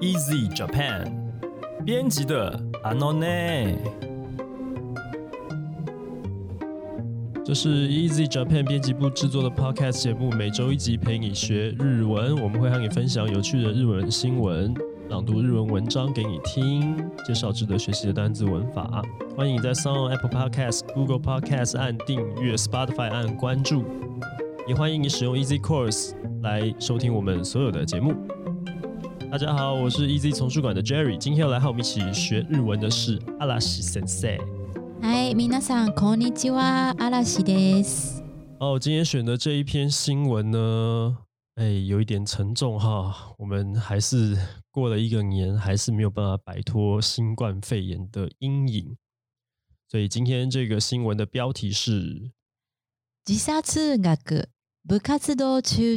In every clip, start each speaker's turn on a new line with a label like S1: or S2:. S1: Easy Japan 编辑的 a n o n
S2: 这是 Easy Japan 编辑部制作的 podcast 节目，每周一集陪你学日文。我们会和你分享有趣的日文新闻，朗读日文文章给你听，介绍值得学习的单字文法。欢迎你在 Sound、Apple Podcast、Google Podcast 按订阅，Spotify 按关注。也欢迎你使用 Easy Course 来收听我们所有的节目。大家好，我是 Easy 丛书馆的 Jerry，今天要来和我们一起学日文的是阿拉西先生。
S3: はい、皆さんこんにちは、嵐です。
S2: 哦，今天选的这一篇新闻呢，哎，有一点沉重哈。我们还是过了一个年，还是没有办法摆脱新冠肺炎的阴影。所以今天这个新闻的标题是
S3: 時差通学、部活動中止、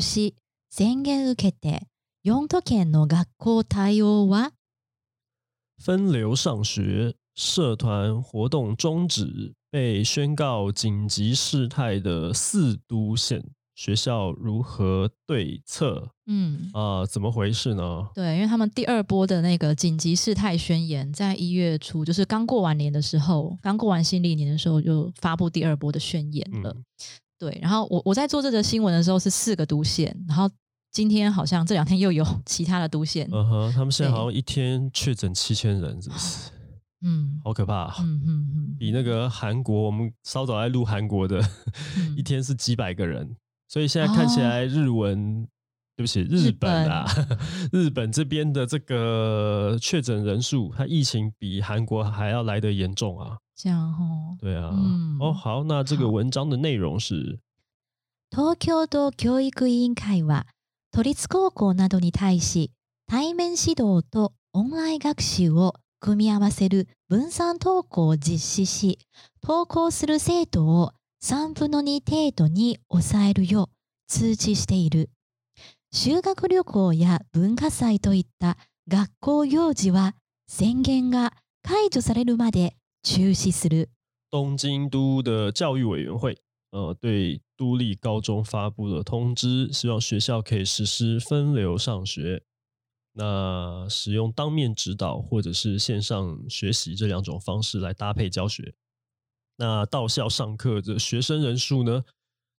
S3: 宣言受けて、4都県の学校対応は
S2: “分流上学，社团活动终止，被宣告紧急事态的四都县学校如何对策
S3: 嗯”，
S2: 啊、怎么回事呢？
S3: 对，因为他们第二波的那个紧急事态宣言，在一月初，就是刚过完年的时候，刚过完新历年的时候，就发布第二波的宣言了。
S2: 嗯，
S3: 对，然后我我在做这则新闻的时候是四个都县，然后今天好像这两天又有其他的都县。
S2: 嗯哼，他们现在好
S3: 对
S2: 像一天确诊七千人，是不是？
S3: 嗯
S2: 好可怕、啊！
S3: 嗯嗯
S2: 比那个韩国，我们稍早在录韩国的，
S3: 嗯
S2: 一天是几百个人，所以现在看起
S3: 哦
S2: 来日文，对不起，日本啊， 日本这边的这个确诊人数，它疫情比韩国还要来得严重啊。
S3: 这样哦。
S2: 对啊，
S3: 嗯
S2: 哦好，那这个
S3: 好
S2: 文章的内容是，
S3: 東京都教育委員会は都立高校などに対し対面指導とオンライン学習を組み合わせる分散登校を実施し登校する生徒を3分の2程度に抑えるよう通知している修学旅行や文化祭といった学校行事は宣言が解除されるまで中止する
S2: 东京都的教育委员会，呃，对都立高中发布了通知，希望学校可以实施分流上学。那使用当面指导或者是线上学习这两种方式来搭配教学。那到校上课的学生人数呢，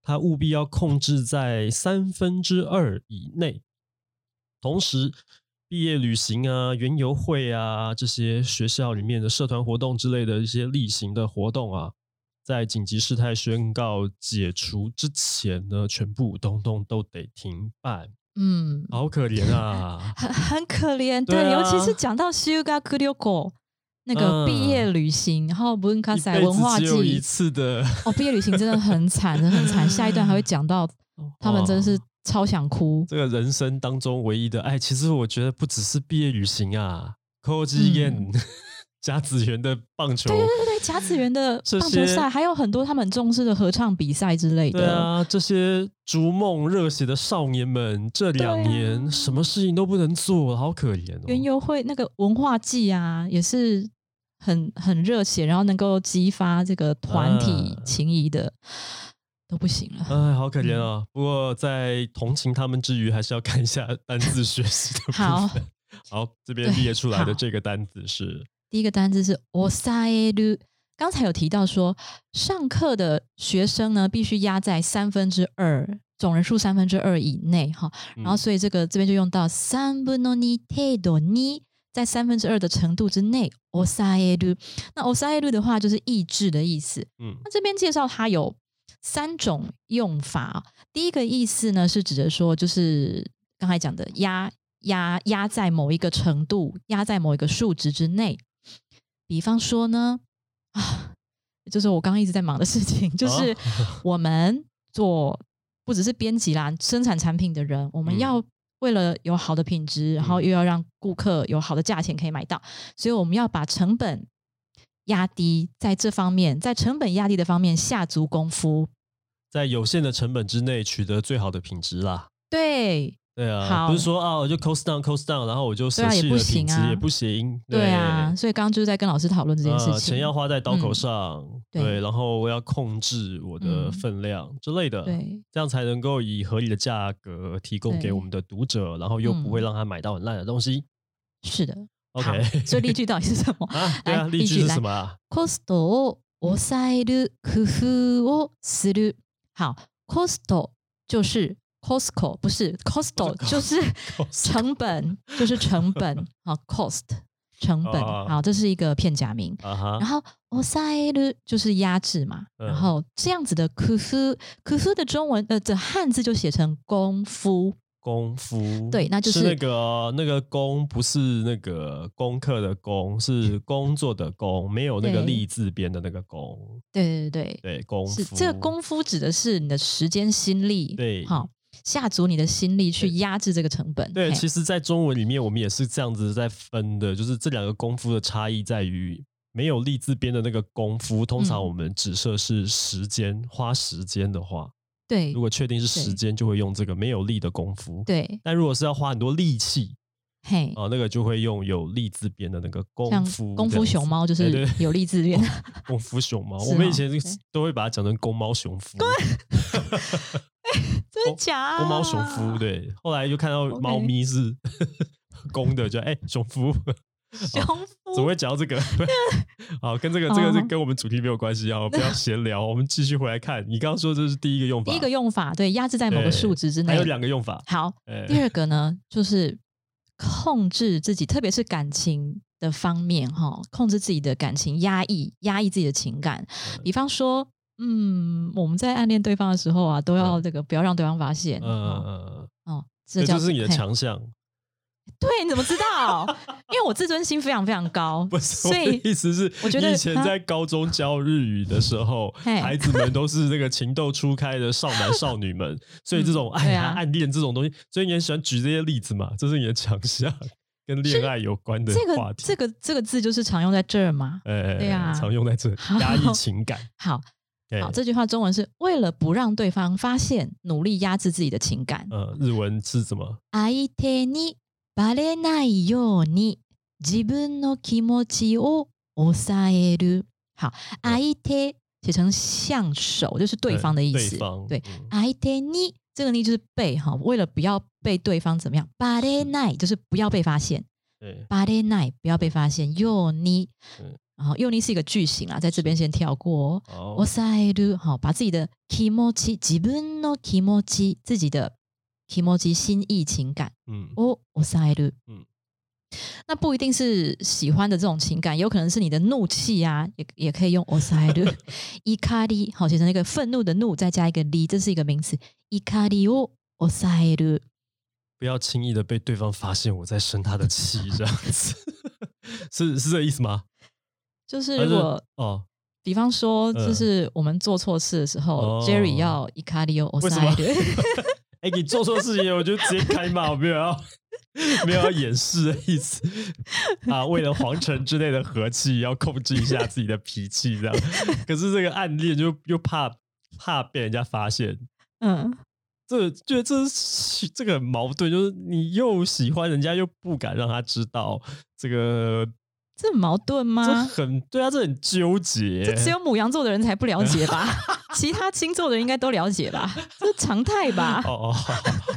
S2: 它务必要控制在三分之二以内。同时，毕业旅行啊、园游会啊这些学校里面的社团活动之类的一些例行的活动啊，在紧急事态宣告解除之前呢，全部通通都得停办，
S3: 嗯！
S2: 好可怜啊
S3: 很很可怜，
S2: 对
S3: 对，
S2: 啊嗯
S3: 尤其是讲到 Sugar k u r y o k o 那个毕业旅行，然后 b u n k a
S2: 一
S3: s
S2: 辈
S3: a 文化
S2: 子只有一
S3: 祭，
S2: 次的，
S3: 哦，毕业旅行真的很惨，真的很惨。下一段还会讲 到， 他们真是
S2: 哦
S3: 超想哭。
S2: 这个人生当中唯一的爱。其实我觉得不只是毕业旅行啊 k o j i Yan 甲子园的棒球
S3: 嗯对，对对对，甲子园的
S2: 这
S3: 棒
S2: 些
S3: 球赛，还有很多他们很重视的合唱比赛之类
S2: 对
S3: 的。
S2: 啊，这些逐梦热血的少年们，这两
S3: 对啊
S2: 年、什么事情都不能做，好可怜
S3: 园
S2: 哦。
S3: 游会那个文化祭啊，也是很很热血，然后能够激发这个团体
S2: 啊
S3: 情谊的，都不行了。
S2: 哎，好可怜啊！
S3: 嗯
S2: 不过在同情他们之余，还是要看一下单字学习的部
S3: 好
S2: 分。 好，这边
S3: 对
S2: 列出来的
S3: 好
S2: 这个单字是
S3: 第一个单字是 osaeru。刚才有提到说，上课的学生呢必须压在三分之二总人数三分之二以内哈，
S2: 嗯
S3: 然后所以这个这边就用到三分の二程度に，在三分之二的程度之内 osaeru。那 osaeru 的话就是抑制的意思。
S2: 嗯
S3: 那这边介绍它有三种用法。啊第一个意思呢是指着说，就是刚才讲的压压压在某一个程度，压在某一个数值之内。比方说呢，啊，就是我刚刚一直在忙的事情，就是
S2: 哦
S3: 我们做不只是编辑啦，生产产品的人，我们
S2: 嗯
S3: 要为了有好的品质，然后
S2: 嗯
S3: 又要让顾客有好的价钱可以买到，所以我们要把成本压低，在这方面，在成本压低的方面下足功夫。
S2: 在有限的成本之内取得最好的品质啦。
S3: 对
S2: 对啊，
S3: 好
S2: 不是说啊，我就 cost down cost down，然后我就舍
S3: 对啊也
S2: 弃
S3: 不
S2: 了品
S3: 行
S2: 质
S3: 啊
S2: 也不行。
S3: 对啊，所以刚刚就是在跟老师讨论这件事
S2: 呃、
S3: 情。
S2: 钱要花在刀口
S3: 嗯
S2: 上，
S3: 对
S2: 对，然后我要控制我的
S3: 嗯
S2: 分量、之类的，
S3: 对
S2: 这样才能够以合理的价格提供给
S3: 对
S2: 我们的读者，然后又不会
S3: 嗯
S2: 让他买到很烂的东西。
S3: 是的。好
S2: OK，？
S3: 所以例句到底是什么
S2: 啊，对啊，
S3: 来
S2: 例
S3: 例
S2: 句
S3: 句
S2: 是
S3: 来
S2: 什么啊？
S3: コストを抑える工夫をする。好，cost 就是 Costco，不是 cost 就是成本，就是成本。好，cost 成本。
S2: 哦
S3: 好，这是一个片假名。
S2: 啊哈
S3: 然，后 o s a 就是压制嘛，
S2: 嗯
S3: 然后这样子的 kufu kufu 的中文呃的汉字就写成功夫，
S2: 功夫，
S3: 对那就是
S2: 是那个那个功，不是那个功课的功，是工作的工，没有那个
S3: 对
S2: 立字边的那个工，
S3: 对对对，
S2: 对，功
S3: 是
S2: 夫，
S3: 这个功夫指的是你的时间心力，
S2: 对
S3: 好、下足你的心力去
S2: 对
S3: 压制这个成本，
S2: 对，
S3: 嘿
S2: 其实，在中文里面，我们也是这样子在分的，就是这两个功夫的差异在于，没有立字边的那个功夫，通常
S3: 嗯
S2: 我们指涉是时间，花时间的话，
S3: 对
S2: 如果确定是时
S3: 对
S2: 间，就会用这个没有力的功夫。
S3: 对，
S2: 但如果是要花很多力气
S3: 嘿，
S2: 啊、那个就会用有力字边的那个功夫。
S3: 像功夫熊，猫就
S2: 哎
S3: 是
S2: 对
S3: 有力 自愿，
S2: 功夫熊猫，
S3: 是
S2: 我们
S3: 哦
S2: 以前
S3: 对
S2: 都会把它讲成公猫熊夫，
S3: 真的假啊？
S2: 公猫熊夫。对，后来就看到
S3: OK
S2: 猫咪是 公的，就哎、熊夫。
S3: 熊
S2: 怎么
S3: 夫
S2: 会讲到这个？ 好，跟这个这个
S3: 好
S2: 是
S3: 好
S2: 跟我们主题没有关系啊，我不 要闲聊，我们继续回来看。你刚刚说这是第一个用法，
S3: 第一个用法对压制在某个
S2: 对
S3: 数值之内
S2: 还有，两个用法，
S3: 好，
S2: 哎
S3: 第二个呢，就是控制自己，特别是感情的方面，哈，控制自己的感情，压抑压抑自己的情感。比方说，嗯，我们在暗恋对方的时候啊，都要这个不要让对方发现。
S2: 嗯嗯
S3: 哦，
S2: 嗯，
S3: 哦这
S2: 这
S3: 叫
S2: 就是你的
S3: 嘿
S2: 强项，
S3: 对，你怎么知道？因为我自尊心非常非常高
S2: 不，是？我
S3: 所
S2: 的
S3: 以
S2: 意思是，
S3: 我觉得
S2: 你以前
S3: 啊
S2: 在高中教日语的时 候，
S3: 嘿
S2: 孩子们都是那个情窦初开的少男少女 们，所以这种
S3: 嗯
S2: 哎
S3: 对
S2: 呀
S3: 啊
S2: 暗恋这种东西，所以你很喜欢举这些例子嘛，这是你的强项，跟恋爱有关的
S3: 这
S2: 话
S3: 个
S2: 题，
S3: 这个这个字就是常用在这儿嘛。
S2: 哎，
S3: 对啊
S2: 常用在这里
S3: 好
S2: 压抑情感。
S3: 好
S2: 哎
S3: 好，这句话中文是为了不让对方发现，努力压制自己的情感。
S2: 呃，日文是什么？
S3: 相手にバレないように自分の気持ちを抑える。好，相手写成向手，就是对方的意思。
S2: 哎对方
S3: 对，
S2: 嗯
S3: 相手に这个呢就是被哈，为了不要被对方怎么样，バレない就是不要被发现，
S2: 对，
S3: バレない不要被发现。ように
S2: 嗯，
S3: 然后ように是一个句型啊，在这边先跳过、哦。
S2: 好，
S3: 抑える，好，把自己的 k i m o c h 自分の k i m o c h 自己的 k i m o c h 心意情感
S2: 嗯，
S3: を抑える。
S2: 嗯
S3: 嗯，那不一定是喜欢的这种情感，有可能是你的怒气啊，也也可以用抑 える。怒り，好，写成一个愤怒的怒，再加一个り，这是一个名词。怒りを抑える。
S2: 不要轻易的被对方发现我在生他的气，这样子， 是是这意思吗？
S3: 就是
S2: 还
S3: 如果，
S2: 哦，
S3: 比方说，
S2: 嗯
S3: 就是我们做错事的时候、
S2: 哦
S3: j e r r y 要怒りを
S2: 为什
S3: 抑
S2: 么
S3: える。
S2: 哎、你做错事情我就直接开骂，我没有要没有要掩饰的意思啊。为了皇城之内的和气，要控制一下自己的脾气，这样。可是这个暗恋就又怕怕被人家发现，
S3: 嗯。
S2: 这觉得这是这个很矛盾，就是你又喜欢人家，又不敢让他知道，这个
S3: 这很矛盾吗？
S2: 这很对啊，这很纠结。
S3: 这只有母羊座的人才不了解 吧？其他星座的人应该都了解吧？这常态吧？
S2: 哦哦，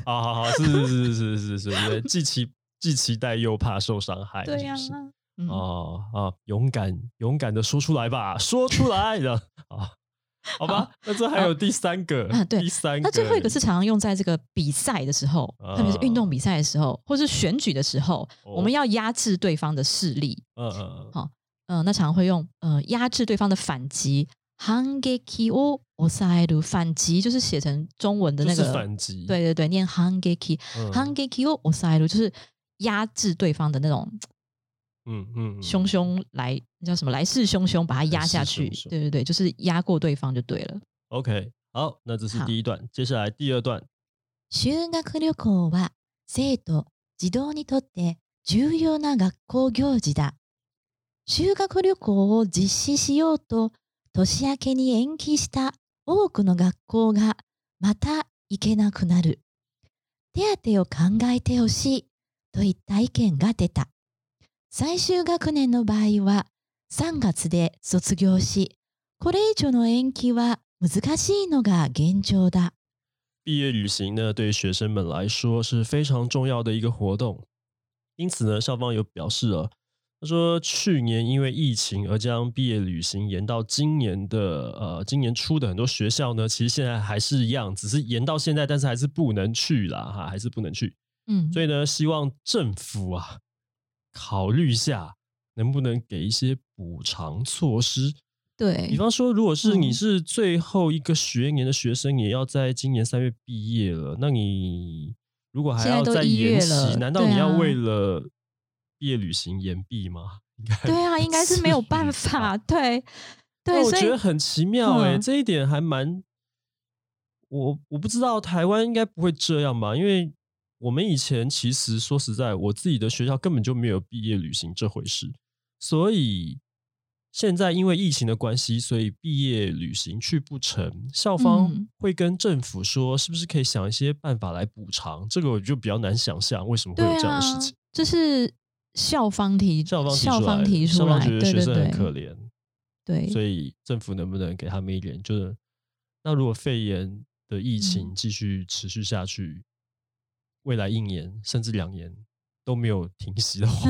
S2: 好好好好，是是是是是是是，既期既期待又怕受伤害，
S3: 对
S2: 呀、
S3: 呀、
S2: 哎是
S3: 嗯，
S2: 哦啊，勇敢勇敢的说出来 吧，说出来的啊，好吧，那这还有第三个，
S3: 啊对
S2: 第三个，
S3: 那最后一个是常常用在这个比赛的时候，
S2: 啊
S3: 特别是运动比赛的时候，或是选举的时候，
S2: 哦
S3: 我们要压制对方的势力。
S2: 嗯，嗯嗯，
S3: 嗯、那常常会用呃压制对方的反击。反撃を抑える反击就是写成中文的那
S2: 就
S3: 个
S2: 是反击，
S3: 对对对，念 hangeki
S2: 嗯，
S3: hangeki を抑える就是压制对方的那种
S2: 嗯嗯，嗯
S3: 汹汹来，那叫什么来势汹汹，把它压下去。
S2: 来势汹汹
S3: 对对对，就是压过对方就对了。
S2: OK，好，那这是
S3: 好
S2: 第一段，接下来第二段，
S3: 修学旅行は生徒、児童にとって重要な学校行事だ。修学旅行を実施しようと年明けに延期した多くの学校がまた行けなくなる。手当を考えてほしいといった意見が出た。最終学年の場合は3月で卒業し、これ以上の延期は難しいのが現状だ。
S2: 毕业旅行呢，对学生们来说是非常重要的一个活动，因此呢，校方有表示啊，他说去年因为疫情而将毕业旅行延到今年的呃今年初的很多学校呢，其实现在还是一样，只是延到现在，但是还是不能去啦哈，还是不能去。
S3: 嗯，
S2: 所以呢，希望政府啊考虑一下，能不能给一些补偿措施。比
S3: 对，
S2: 方说，如果是你
S3: 嗯
S2: 是最后一个学年的学生，也要在今年三月毕业了，那你如果还
S3: 现在
S2: 要
S3: 都
S2: 再
S3: 一月
S2: 延
S3: 了
S2: 期，难道
S3: 对
S2: 你要
S3: 啊
S2: 为了毕业旅行延毕吗？应该
S3: 对啊，应该是没有办法，对，对，
S2: 那我
S3: 所以
S2: 觉得很奇妙哎、
S3: 嗯
S2: 这一点还蛮……我我不知道台湾应该不会这样吧？因为我们以前其实说实在，我自己的学校根本就没有毕业旅行这回事，所以现在因为疫情的关系，所以毕业旅行去不成，校方
S3: 嗯
S2: 会跟政府说，是不是可以想一些办法来补偿？这个我就比较难想象为什么会有
S3: 对
S2: 这样
S3: 啊
S2: 的事情。，
S3: 这是校方提
S2: 校方提出
S3: 校
S2: 来
S3: 方
S2: 的，
S3: 提
S2: 校
S3: 出
S2: 方
S3: 来，
S2: 觉得
S3: 对
S2: 学
S3: 对
S2: 生很可
S3: 对
S2: 怜，所
S3: 对，
S2: 以政府能不能给他们一点，就是那如果肺炎的疫情
S3: 嗯，
S2: 继续持续下去，未来一年甚至两年都没有停息的话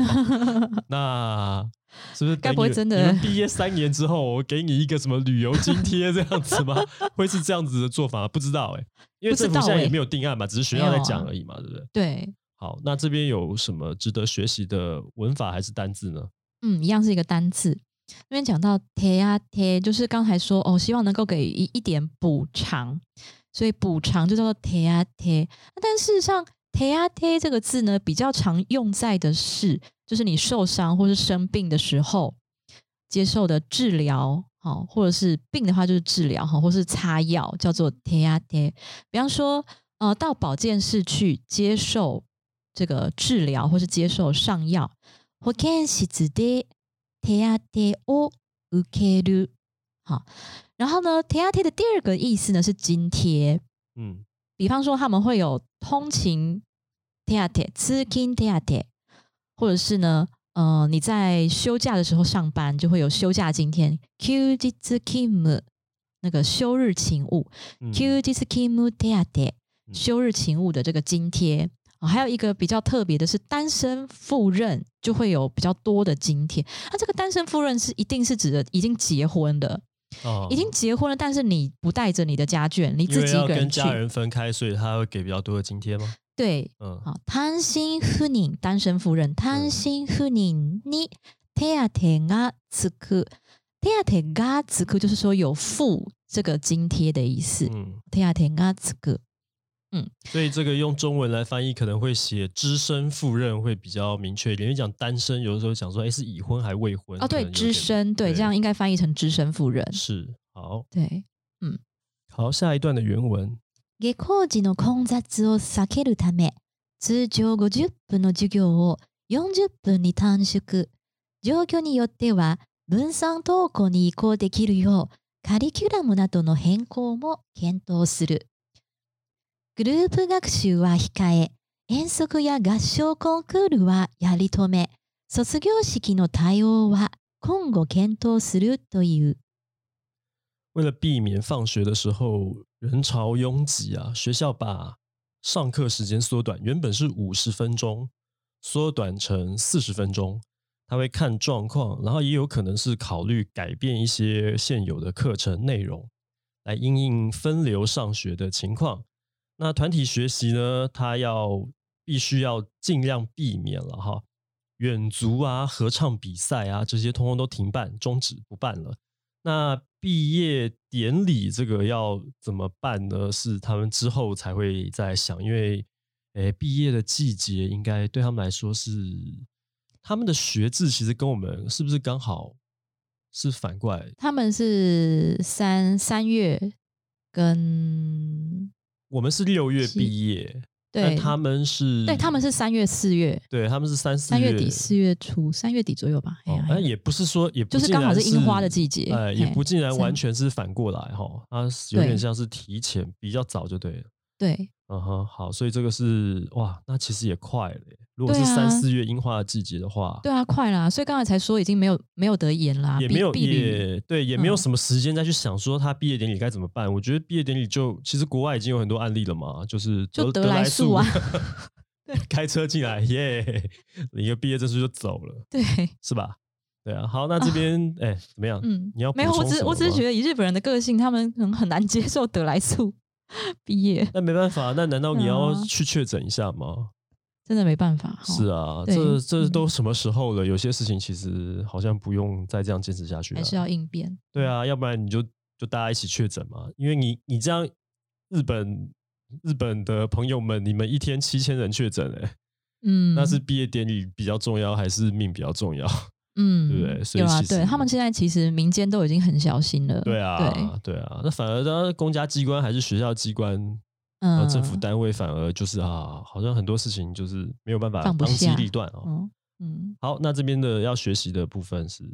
S2: 那是不是
S3: 该
S2: 等
S3: 不会
S2: 你
S3: 真
S2: 你
S3: 的
S2: 们毕业三年之后，我给你一个什么旅游津贴这样子吗？会是这样子的做法吗？不知道哎、因为
S3: 不知
S2: 政府
S3: 道
S2: 现在也
S3: 欸
S2: 没有定案嘛，只是学
S3: 没
S2: 校在
S3: 有
S2: 讲
S3: 啊
S2: 而已嘛，对不对？
S3: 对，
S2: 好，那这边有什么值得学习的文法还是单字呢？
S3: 嗯，一样是一个单字。那边讲到贴啊贴，就是刚才说哦，希望能够给一一点补偿，所以补偿就叫做贴啊贴。那但事实上，贴啊贴这个字呢，比较常用在的是，就是你受伤或是生病的时候接受的治疗，好、或者是病的话就是治疗，好、或是擦药，叫做贴啊贴。比方说，呃，到保健室去接受这个治疗，或是接受上药。保健室で手当てを受ける。好，然后呢，手当て的第二个意思呢是津贴，
S2: 嗯，
S3: 比方说他们会有通勤手当て、通勤手当て，或者是呢，呃，你在休假的时候上班就会有休假津贴、休日勤務那个休日勤务。
S2: 嗯
S3: 休日勤務手当
S2: 嗯
S3: 休日勤务的这个津贴。啊还有一个比较特别的是，单身赴任就会有比较多的津贴。那这个单身赴任是一定是指的已经结婚的，
S2: 哦
S3: 已经结婚了，但是你不带着你的家眷，你
S2: 因
S3: 自
S2: 为
S3: 己一
S2: 要
S3: 个
S2: 跟
S3: 人去。
S2: 家人分开，所以他会给比较多的津贴吗？
S3: 对，
S2: 嗯，
S3: 好，単身赴任，单身赴任，単身赴任に手当がつく，手当がつく就是说有付这个津贴的意思。
S2: 嗯，
S3: 手当がつく，
S2: 所以这个用中文来翻译，可能会写只身赴任会比较明确一点。因为讲单身，有的时候讲说，哎，是已婚还未婚可
S3: 哦，
S2: 能
S3: 对，
S2: 有
S3: 只
S2: 点
S3: 身，对，
S2: 对
S3: 这样应该翻译成只身妇人。
S2: 是好
S3: 对。
S2: 好。下一段的原文，
S3: 下校時の混雑を避けるため、通常50分の授業を40分に短縮。状況によっては分散登校に移行できるよう、カリキュラムなどの変更も検討する。グループ学習は控え、遠足や合唱コンクールはやり止め、卒業式の対応は今後検討するという。
S2: 为了避免放学的时候人潮拥挤啊，学校把上课时间缩短，原本是五十分钟，缩短成四十分钟。他会看状况，然后也有可能是考虑改变一些现有的课程内容，来因应分流上学的情况。那团体学习呢，它要必须要尽量避免了哈。远足啊、合唱比赛啊，这些通通都停办、终止不办了。那毕业典礼这个要怎么办呢？是他们之后才会再想，因为诶，毕业的季节应该对他们来说是他们的学制，其实跟我们是不是刚好是反过来？
S3: 他们是三三月跟
S2: 我们是六月
S3: 是
S2: 毕业，但
S3: 对
S2: 他们是
S3: 对他们是三月四月
S2: 对他们是三四
S3: 三月底四月初三月底左右吧，哎
S2: 哦
S3: 呀，
S2: 那、
S3: 哎呀
S2: 也不是说也不
S3: 就是
S2: 尽
S3: 刚好
S2: 然
S3: 是樱花的季节
S2: 哎，也
S3: 嘿
S2: 不竟然完
S3: 三
S2: 全是反过来哈，它是有点
S3: 对
S2: 像是提前比较早就对了。
S3: 对
S2: 嗯哼，好，所以这个是哇，那其实也快了耶。如果
S3: 对
S2: 是三
S3: 啊
S2: 四月樱花的季节的话，
S3: 对啊，快啦！所以刚才才说已经没有没有得演啦，
S2: 也
S3: 避
S2: 没有
S3: 避旅
S2: 也对，也没有
S3: 嗯
S2: 什么时间再去想说他毕业典礼该怎么办。我觉得毕业典礼就其实国外已经有很多案例了嘛，就是
S3: 就
S2: 德
S3: 得来
S2: 来
S3: 速啊
S2: 该开车进来，耶！领个毕业证书就走了，
S3: 对，
S2: 是吧？对啊，好，那这边哎、怎么样？
S3: 嗯，
S2: 你要
S3: 没有，
S2: 补
S3: 我
S2: 充什
S3: 只
S2: 么
S3: 我只是
S2: 吗
S3: 觉得以日本人的个性，他们很很难接受得来速 毕业，
S2: 那没办法，那难道你要
S3: 嗯
S2: 去确诊一下吗？
S3: 真的没办法。哦
S2: 是，啊，
S3: 对
S2: 这这
S3: 嗯
S2: 都什么时候了？有些事情其实好像不用再这样坚持下去了
S3: 还。是要应变。
S2: 对啊，要不然你就就大家一起确诊嘛，因为你你这样日本日本的朋友们，你们一天七千人确诊、欸，
S3: 嗯，
S2: 那是毕业典礼比较重要还是命比较重要？
S3: 嗯，
S2: 对不对所以
S3: 有啊，
S2: 其实
S3: 对他们现在其实民间都已经很小心了。
S2: 对
S3: 对，
S2: 啊，对啊，那反而当公家机关还是学校机关，呃，
S3: 嗯，
S2: 政府单位反而就是啊，好像很多事情就是没有办法
S3: 放不
S2: 当机
S3: 下
S2: 立断哦。
S3: 嗯嗯，
S2: 好，那这边的要学习的部分是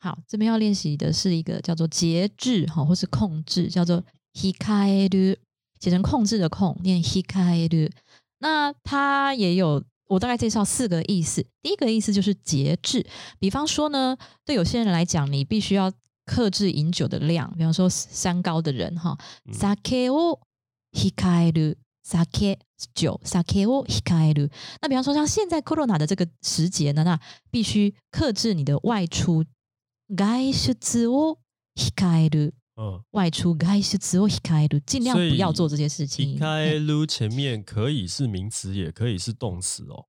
S3: 好，这边要练习的是一个叫做节制哈，或是控制，叫做 hikaeru，写成控制的控，念 hikaeru。那它也有我大概介绍四个意思。第一个意思就是节制，比方说呢，对有些人来讲，你必须要克制饮酒的量，比方说三高的人哈
S2: 嗯
S3: ，sake o hikaeru。sake 酒，sake o hikaeru。那比方说，像现在 corona 的这个时节呢，那必须克制你的外出，外出を控える，
S2: 嗯，
S3: 外出外出を控える，尽量
S2: 所以
S3: 不要做这些事情。
S2: 劈开
S3: 嗯
S2: 撸前面可以是名词，也可以是动词哦。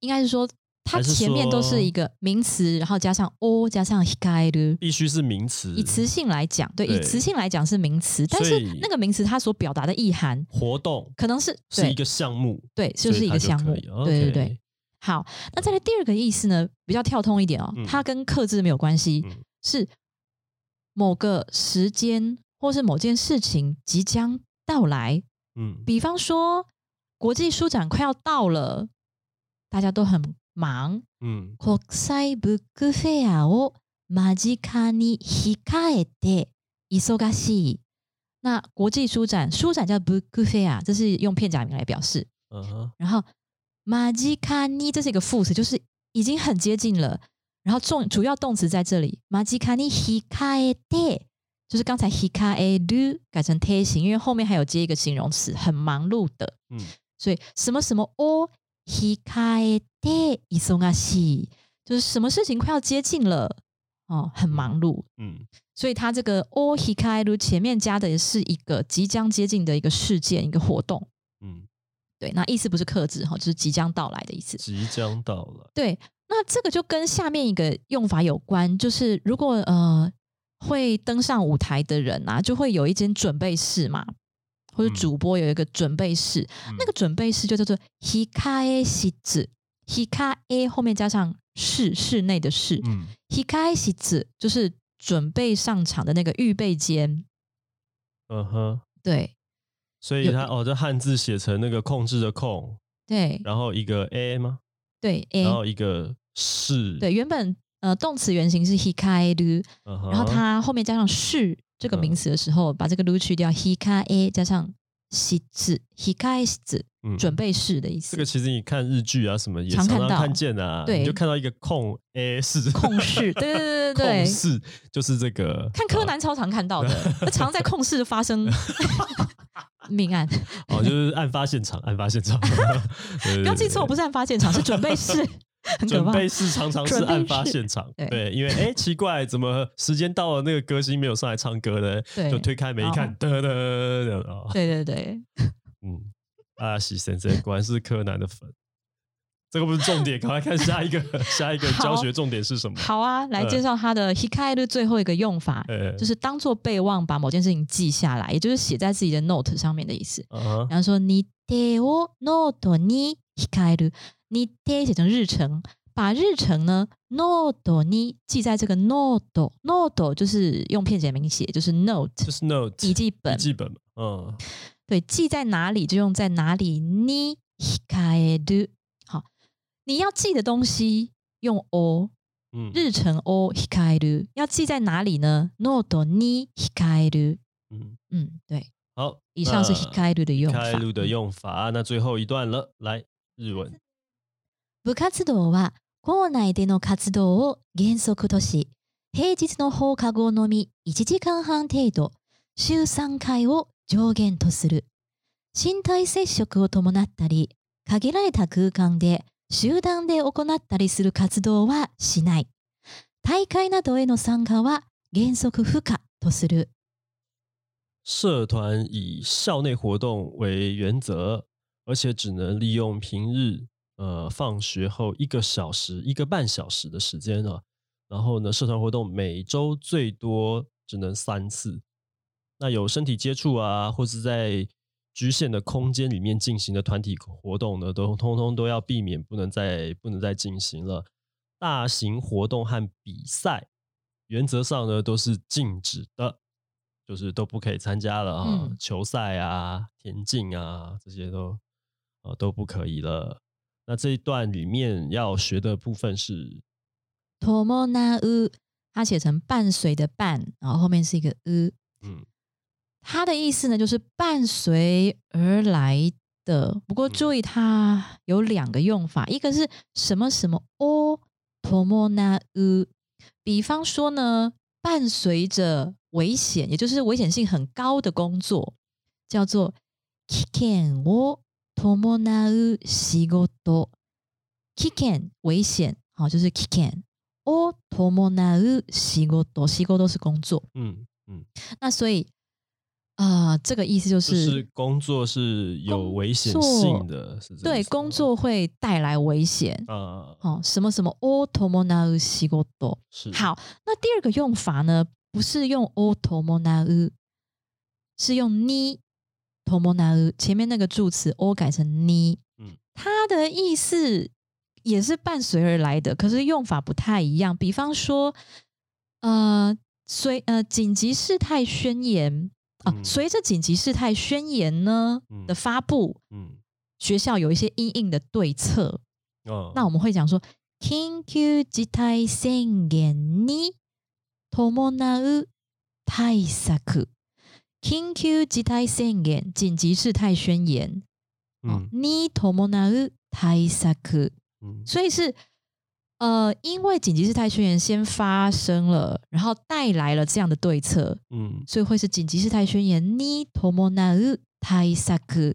S3: 应该是说，它
S2: 还是
S3: 前面都
S2: 说
S3: 是一个名词，然后加上 o 加上控える。
S2: 必须是名词，
S3: 以词性来讲，对，以
S2: 对
S3: 词性来讲是名词，但
S2: 所
S3: 是
S2: 以
S3: 那个名词它所表达的意涵，
S2: 活动
S3: 可能是
S2: 是一
S3: 对
S2: 个项目，
S3: 对，
S2: 所
S3: 就
S2: 以
S3: 是一
S2: 它
S3: 个项目
S2: 可以，
S3: 对对
S2: OK
S3: 对。好，那再来第二个意思呢，比较跳通一点哦，
S2: 嗯
S3: 它跟克制没有关系，
S2: 嗯
S3: 是某个时间或是某件事情即将到来。
S2: 嗯，
S3: 比方说，国际书展快要到了，大家都很忙。
S2: 嗯
S3: 国際ブックフェアを間近に控えて忙しい。那国际书展，书展叫 book fair，这是用片假名来表示。
S2: 嗯哼，
S3: 然后马吉卡尼这是一个副词，就是已经很接近了。然后重主要动词在这里，马吉卡尼 he ka e de，就是刚才 he ka e do 改成贴形，因为后面还有接一个形容词，很忙碌的，
S2: 嗯
S3: 所以什么什么哦 o he ka e de isogashi，就是什么事情快要接近了哦，很忙碌。
S2: 嗯
S3: 所以它这个 o he ka e do 前面加的是一个即将接近的一个事件，一个活动。
S2: 嗯，
S3: 对，那意思不是克制哈，就是即将到来的意思。
S2: 即将到了，
S3: 对，那这个就跟下面一个用法有关，就是如果呃会登上舞台的人啊，就会有一间准备室嘛，或者
S2: 嗯
S3: 主播有一个准备室，那个准备室就叫做 hikae 室，hikae 后面加上室，室内的室
S2: 嗯
S3: hikae 室就是准备上场的那个预备间。
S2: 嗯哼，
S3: 对
S2: 所以
S3: 有
S2: 它哦，这汉字写成那个控制的控，
S3: 对
S2: 然后一个 a 吗？
S3: 对
S2: 然
S3: ，a
S2: 后一个是，
S3: 对，原本呃动词原型是 hikae do。
S2: 嗯哼，
S3: 然后它后面加上是这
S2: 嗯
S3: 个名词的时候，把这个 lu 去掉，hika a 加上西字，hika 西字，
S2: 嗯
S3: 准备室的意思
S2: 这个。其实你看日剧啊什么也
S3: 常
S2: 常常
S3: 看到
S2: 看见啊，
S3: 对
S2: 你就看到一个控 a 是
S3: 控 室，对对对对
S2: 控哦
S3: 对。
S2: 是 就是这个，
S3: 看柯南超常看到的，那常在控室 发生命案。
S2: 哦， 就是案发现场， 案发现场，
S3: 不
S2: 不
S3: 要记错，不
S2: 是
S3: 是案发现场，是准 备室，很可
S2: 准
S3: 怕。
S2: 备室常 常是
S3: 准备
S2: 案发
S3: 室
S2: 现场，
S3: 对
S2: 对，因为 哎奇怪，怎么时间到了，那个歌星没有上来唱歌呢？
S3: 对哦
S2: 就推开门一看，噔噔噔噔，哦
S3: 对对对，
S2: 嗯，阿喜先生果然是柯南的粉。这个不是重点，赶快看下一个，下一个
S3: 好
S2: 教学重点是什么？
S3: 好啊，来
S2: 呃
S3: 介绍它的 hika 的最后一个用法，
S2: 呃，
S3: 就是当做备忘，把某件事情记下来，也就是写在自己的 note 上面的意思。
S2: 啊
S3: 然后说日程をノートに控える。日程写成日程，把日程呢 note に记在这个 note。note 就是用片假名写，就是 note
S2: 就是 note
S3: 笔记本
S2: 笔。记本嘛，嗯
S3: 对，记在哪里就用在哪里。に控える。好，你要记的东西用 o
S2: 嗯
S3: 日程 o 控える。要记在哪里呢？note に控える。
S2: 嗯，
S3: 嗯，对，
S2: 好，
S3: 以上是
S2: 那
S3: 控える的用法。嗯
S2: 开路呃的用法。啊那最后一段了，来日文。
S3: 部活動は校内での活動を原則とし平日の放課後のみ1時間半程度週3回を上限とする身体接触を伴ったり限られた空間で集団で行ったりする活動はしない。大会などへの参加は原則不可とする。
S2: 社团以校内活动为原则，而且只能利用平日呃放学后一个小时、一个半小时的时间呢、然后呢，社团活动每周最多只能三次。那有身体接触啊，或是在局限的空间里面进行的团体活动呢，都通通都要避免，不能再不能再进行了。大型活动和比赛原则上呢都是禁止的，就是都不可以参加了啊、
S3: 嗯
S2: 球赛啊、田径啊这些都啊、呃都不可以了。那这一段里面要学的部分是
S3: 伴う，它写成伴随的伴，然后后面是一个う。
S2: 嗯
S3: 它的意思呢，就是伴随而来的。不过
S2: 嗯
S3: 注意，它有两个用法，一个是什么什么哦，ともなう。比方说呢，伴随着危险，也就是危险性很高的工作，叫做危険を伴う仕事。危険危险，好，就是危険を伴う仕事。仕事是工作。
S2: 嗯，
S3: 那所以，啊、这个意思就，
S2: 就是是工作是有
S3: 工
S2: 危险
S3: 作
S2: 性的，是这个意
S3: 对
S2: 思吗
S3: 工作会带来危险。
S2: 啊、
S3: 哦，什么什么お伴う仕事。
S2: 是
S3: 好，那第二个用法呢，不是用お伴う，是用に伴う，前面那个助词お改成に，
S2: 嗯
S3: 它的意思也是伴随而来的，可是用法不太一样。比方说，呃，随呃紧急事态宣言啊，
S2: 嗯
S3: 随着紧急事态宣言呢
S2: 嗯
S3: 的发布，
S2: 嗯
S3: 学校有一些因应的对策，
S2: 啊
S3: 那我们会讲说，緊急事態宣言に伴う対策。緊急事態宣言、緊急事態宣言、哦
S2: 嗯
S3: に伴う対策。
S2: 嗯
S3: 所以是，呃，因为紧急事态宣言先发生了，然后带来了这样的对策，
S2: 嗯
S3: 所以会是紧急事态宣言に伴う対策，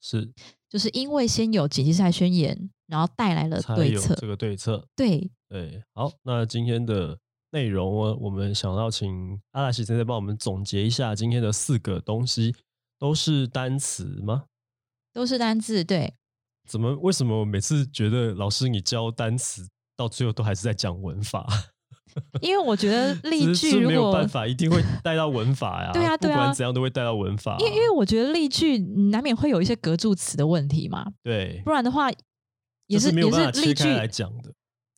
S2: 是
S3: 就是因为先有紧急事态宣言，然后带来了
S2: 才
S3: 对
S2: 有
S3: 策。
S2: 这个对策。
S3: 对，
S2: 对，好，那今天的内容呢，我们想要请阿拉西先生帮我们总结一下今天的四个东西，都是单词吗？
S3: 都是单字，对，
S2: 怎么为什么我每次觉得老师你教单词到最后都还是在讲文法？
S3: 因为我 觉得例
S2: 只是
S3: 句
S2: 是
S3: 如
S2: 没有
S3: 果
S2: 办法，一定会带到文法呀。
S3: 对啊对
S2: 不
S3: 啊
S2: 管怎样都会带到文法啊。
S3: 因为因为我觉得例句难免会有一些隔住词的问题嘛，
S2: 对
S3: 不，然的话也
S2: 就是没有
S3: 也
S2: 办法
S3: 是
S2: 切
S3: 例
S2: 开来
S3: 句，
S2: 讲的。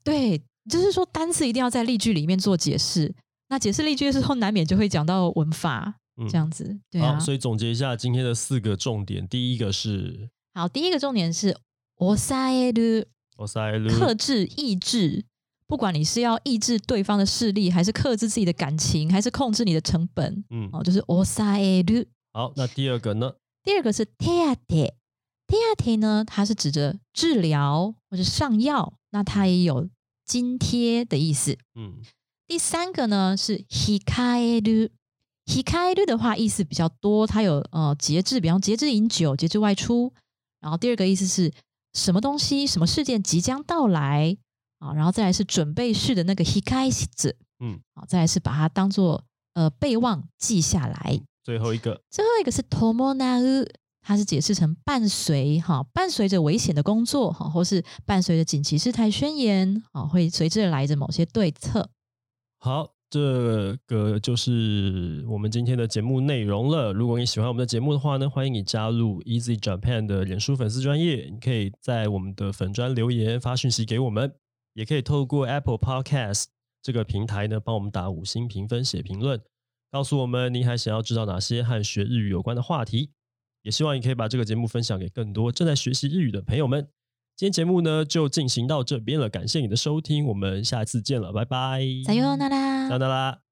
S3: 对，就是说单词一定要在例句里面做解释。那解释例句的时候，难免就会讲到文法
S2: 嗯
S3: 这样子，对啊
S2: 好，。所以总结一下今天的四个重点，第一个是
S3: 好，第一个重点是抑える，
S2: 我哦塞鲁，
S3: 克制、抑制。不管你是要抑制对方的势力，还是克制自己的感情，还是控制你的成本，
S2: 嗯，
S3: 哦，就是抑える。
S2: 好，那第二个呢？
S3: 第二个是 t e a t 呢，它是指着治疗或者上药，那它也有津贴的意思。
S2: 嗯
S3: 第三个呢是 hikaeru。hikaeru 的话意思比较多，它有呃节制，比方节制饮酒、节制外出。然后第二个意思是什么东西、什么事件即将到来啊，然后再来是准备式的那个 hikaeshi，
S2: 嗯，
S3: 好，啊再来是把它当做呃备忘记下来。
S2: 最后一个，
S3: 最后一个是 tomona 它是解释成伴随哈，伴随着危险的工作哈，或是伴随着紧急事态宣言啊，会随之而来的某些对策。
S2: 好，这个就是我们今天的节目内容了。如果你喜欢我们的节目的话呢，欢迎你加入 Easy Japan 的脸书粉丝专业，你可以在我们的粉专留言发讯息给我们，也可以透过 Apple Podcast 这个平台呢，帮我们打五星评分、写评论，告诉我们你还想要知道哪些和学日语有关的话题。也希望你可以把这个节目分享给更多正在学习日语的朋友们。今天节目呢就进行到这边了，感谢你的收听，我们下次见了，拜拜。
S3: さようなら
S2: さよ。なら。